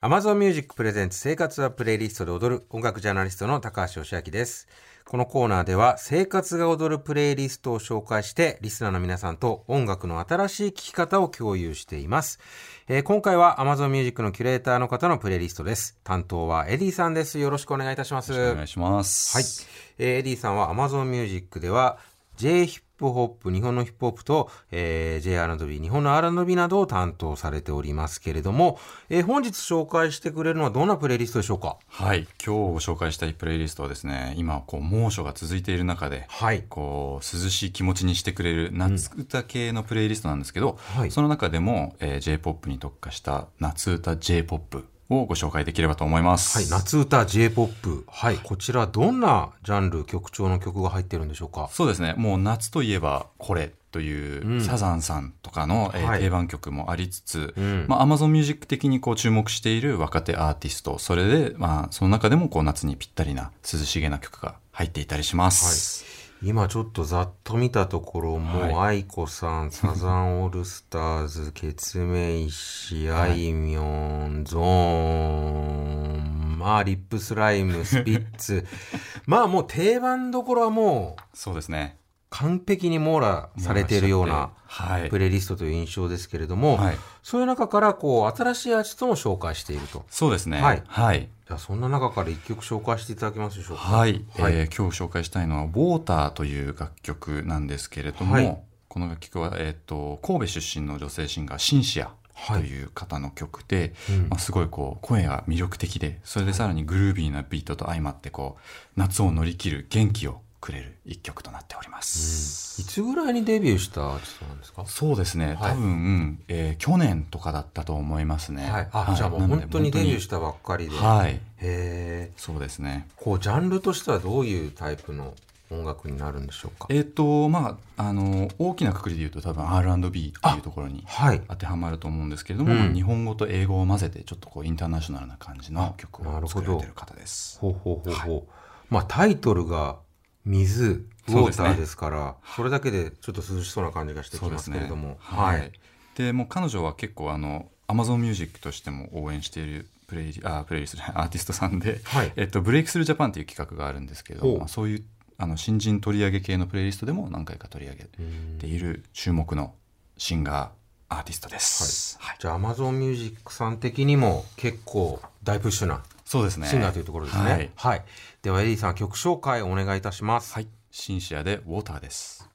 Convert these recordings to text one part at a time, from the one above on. Amazon Music Presents 生活はプレイリストで踊る音楽ジャーナリストの高橋義明です。このコーナーでは生活が踊るプレイリストを紹介してリスナーの皆さんと音楽の新しい聴き方を共有しています。えー今回は Amazon Music のキュレーターの方のプレイリストです。担当はエディさんです。よろしくお願いいたします。お願いします。はい。えーエディさんは Amazon Music では J ヒップホップ、日本のヒップホップと、えー J&B、日本の R&B などを担当されておりますけれども、えー本日紹介してくれるのはどんなプレイリストでしょうかはい。今日ご紹介したいプレイリストはですね、今、こう、猛暑が続いている中で、はい。こう、涼しい気持ちにしてくれる夏歌系のプレイリストなんですけど、はいその中でも、えー J-POP に特化した夏歌 J-POP をご紹介できればと思います。はい、夏歌 J-POP。はい。こちらどんなジャンル、曲調の曲が入ってるんでしょうかそうですね。もう夏といえばこれという、うんサザンさんとかの、えーはい定番曲もありつつ、うんまあ、Amazon Music 的にこう注目している若手アーティスト、それで、まあ、その中でもこう夏にぴったりな涼しげな曲が入っていたりします。今ちょっとざっと見たところも、愛子さ ん、サザンオールスターズ、ケツメイシ、あいみょん、ゾーン、まあ、リップスライム、スピッ ツ。まあもう定番どころはもうそうですね。完璧に網羅されているようなはいプ。レイリストという印象ですけれども、はいそういう中からこう新しいアーティストも紹介していると。そうですね。はいはい。じゃあそんな中から一曲紹介していただけますでしょうか。はい、はいえー今日紹介したいのは「ウォーター」という楽曲なんですけれども、はいこの楽曲は、えー、と神戸出身の女性シンガーシンシアはいという方の曲で、うんまあ、すごいこう声が魅力的でそれでさらにグルービーなビートと相まってこう夏を乗り切る元気をくれる一曲となっております。いつぐらいにデビューしたアーティストなんですかそうですね、はい多分、えー去年とかだったと思いますね。はい、あ、はいじゃあもうなので本当にデビューしたたばっかりで、はい、へえそうですね。こうジャンルとしてはどういうタイプの音楽になるんでしょうかえっ、とまああの大きな括りで言うと多分 R&B っていうところにはい当てはまると思うんですけれども、うん日本語と英語を混ぜてちょっとこうインターナショナルな感じの曲なるをほ作どられてる方です。ほうほうほうほう、まあタイトルが「水」ウォそうでーすタねーですからそれだけでちょっと涼しそうな感じがしてきそうでますすけれねども、。はい。でもう彼女は結構あの Amazon Music としても応援しているプレイリあプレイリストじゃないアーテ ィストさんで、はいえっとブレイクスルージャパンっていう企画があるんですけれどほも、うまあそういうあの新人取り上げ系のプレイリストでも何回か取り上げうんている注目のシンガーアーティストです。はいじゃあ AmazonMusic さん的にも結構大プッシュなそうですね。シンガーというところですねはい。はい、ではエリーさん曲紹介お願いいたしますはい。シンシアでウォーターです。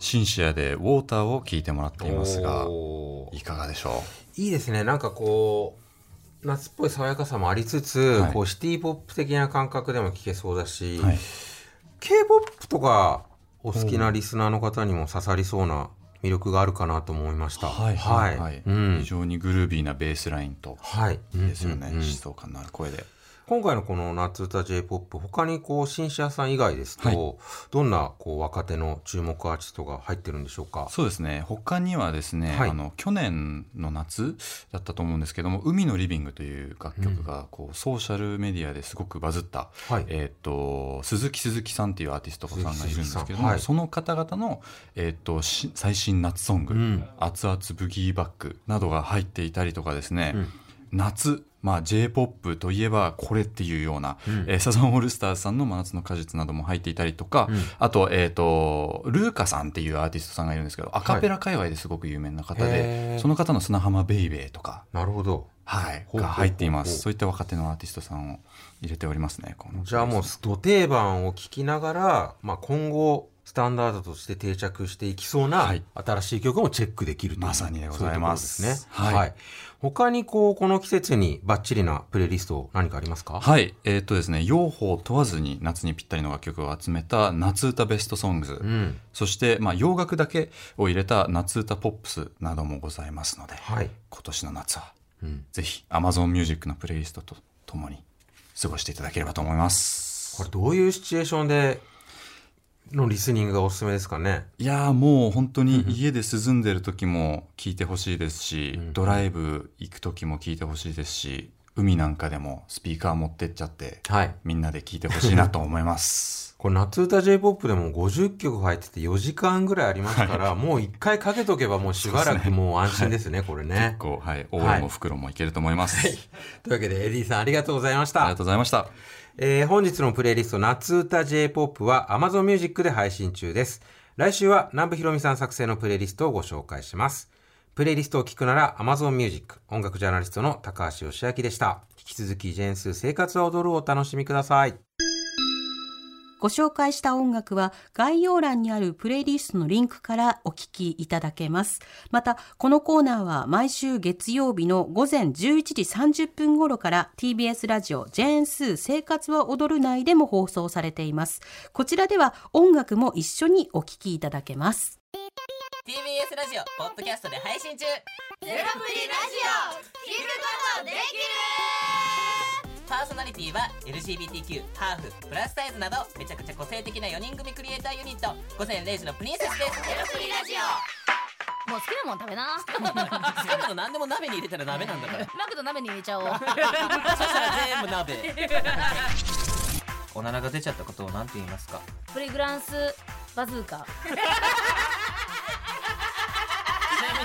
シンシアでウォーターを聞いてもらっていますが、おーいかがでしょいいですねなんかこう夏っぽい爽やかさもありつつ、はいこうシティ・ポップ的な感覚でも聴けそうだし、う。はい。 k p o p とかお好きなリスナーの方にも刺さりそうな魅力があるかなと思いましたはい。はいはいうん非常にグルービーなベースラインと、はいですよね。うんうんうん疾走感のある声で。今回のこの夏歌 j p o p 他にこう新社さん以外ですと、はいどんなこう若手の注目アーティストが入ってるんでしょうかそうですね。他にはですね、はいあの、去年の夏だったと思うんですけども、海のリビングという楽曲が、こう、ソーシャルメディアですごくバズった、はい、えー、と鈴木鈴木さんっていうアーティストさんがいるんですけ鈴木鈴ど木さも、んはいその方々の、えー、とし最新夏ソング「うん熱々ブギーバック」などが入っていたりとかですね、うん夏、まあ、j p o p といえばこれっていうような、うんえーサザンオールスターズさんの「真夏の果実」なども入っていたりとか、うんあと,、えー、とルーカさんっていうアーティストさんがいるんですけどアカペラ界隈ですごく有名な方はいで、へーその方の「砂浜ベイベー」とか。なるほどはい、ほうほうほうほうが入っていますそういった若手のアーティストさんを入れておりますねこのじゃあもう土定番を聞きながら、まあ、今後スタンダードとして定着していきそうなはい新しい曲もチェックできるというまさにでございますそううところですね。はいはい。他にこうこの季節にバッチリなプレイリスト何かありますか？はい、えーっとですね、用法問わずに夏にぴったりの楽曲を集めた夏歌ベストソングズ、うん。そして、まあ、洋楽だけを入れた夏歌ポップスなどもございますので、はい。今年の夏はうん。ぜひ Amazon Music のプレイリストとともに過ごしていただければと思います。これどういうシチュエーションでのリスニングがおすすめですかね？いやーもう本当に家で涼んでる時も聞いてほしいですし、ドライブ行く時も聞いてほしいですし海なんかでもスピーカー持ってっちゃってはい。みんなで聴いてほしいなと思いますこれ夏歌 J-POP でも50曲入ってて4時間ぐらいありますから、もう一回かけとけばもうしばらくもう安心ですね、これね結。構はいオーロも袋もいけると思います、というわけで、エディさんありがとうございましありたが。とうございましたえー本日のプレイリスト夏歌 J-POP は Amazon Music で配信中です。来週は南部ひろみさん作成のプレイリストをご紹介します。プレイリストを聞くなら Amazon Music 音楽ジャーナリストの高橋義明でした。引き続きジェーンスー生活は踊るをお楽しみください。ご紹介した音楽は概要欄にあるプレイリストのリンクからお聞きいただけます。また、このコーナーは毎週月曜日の午前11時30分頃から TBS ラジオジェーンスー生活は踊る内でも放送されています。こちらでは音楽も一緒にお聞きいただけます。 TBS ラジオポッドキャストで配信中ゼロプリラジオ聞くことできるパーソナリティは LGBTQ ハーフプラスサイズなどめちゃくちゃ個性的な4人組クリエイターユニット午前0時のプリンセスですゼロプリラジオもう好きなもん食べな。 好きなの何でも鍋に入れたら鍋なんだからマクド鍋に入れちゃ おう。そしたら全部 鍋おならが出ちゃったことを何て言いますかプリグランスバズーカ。ちな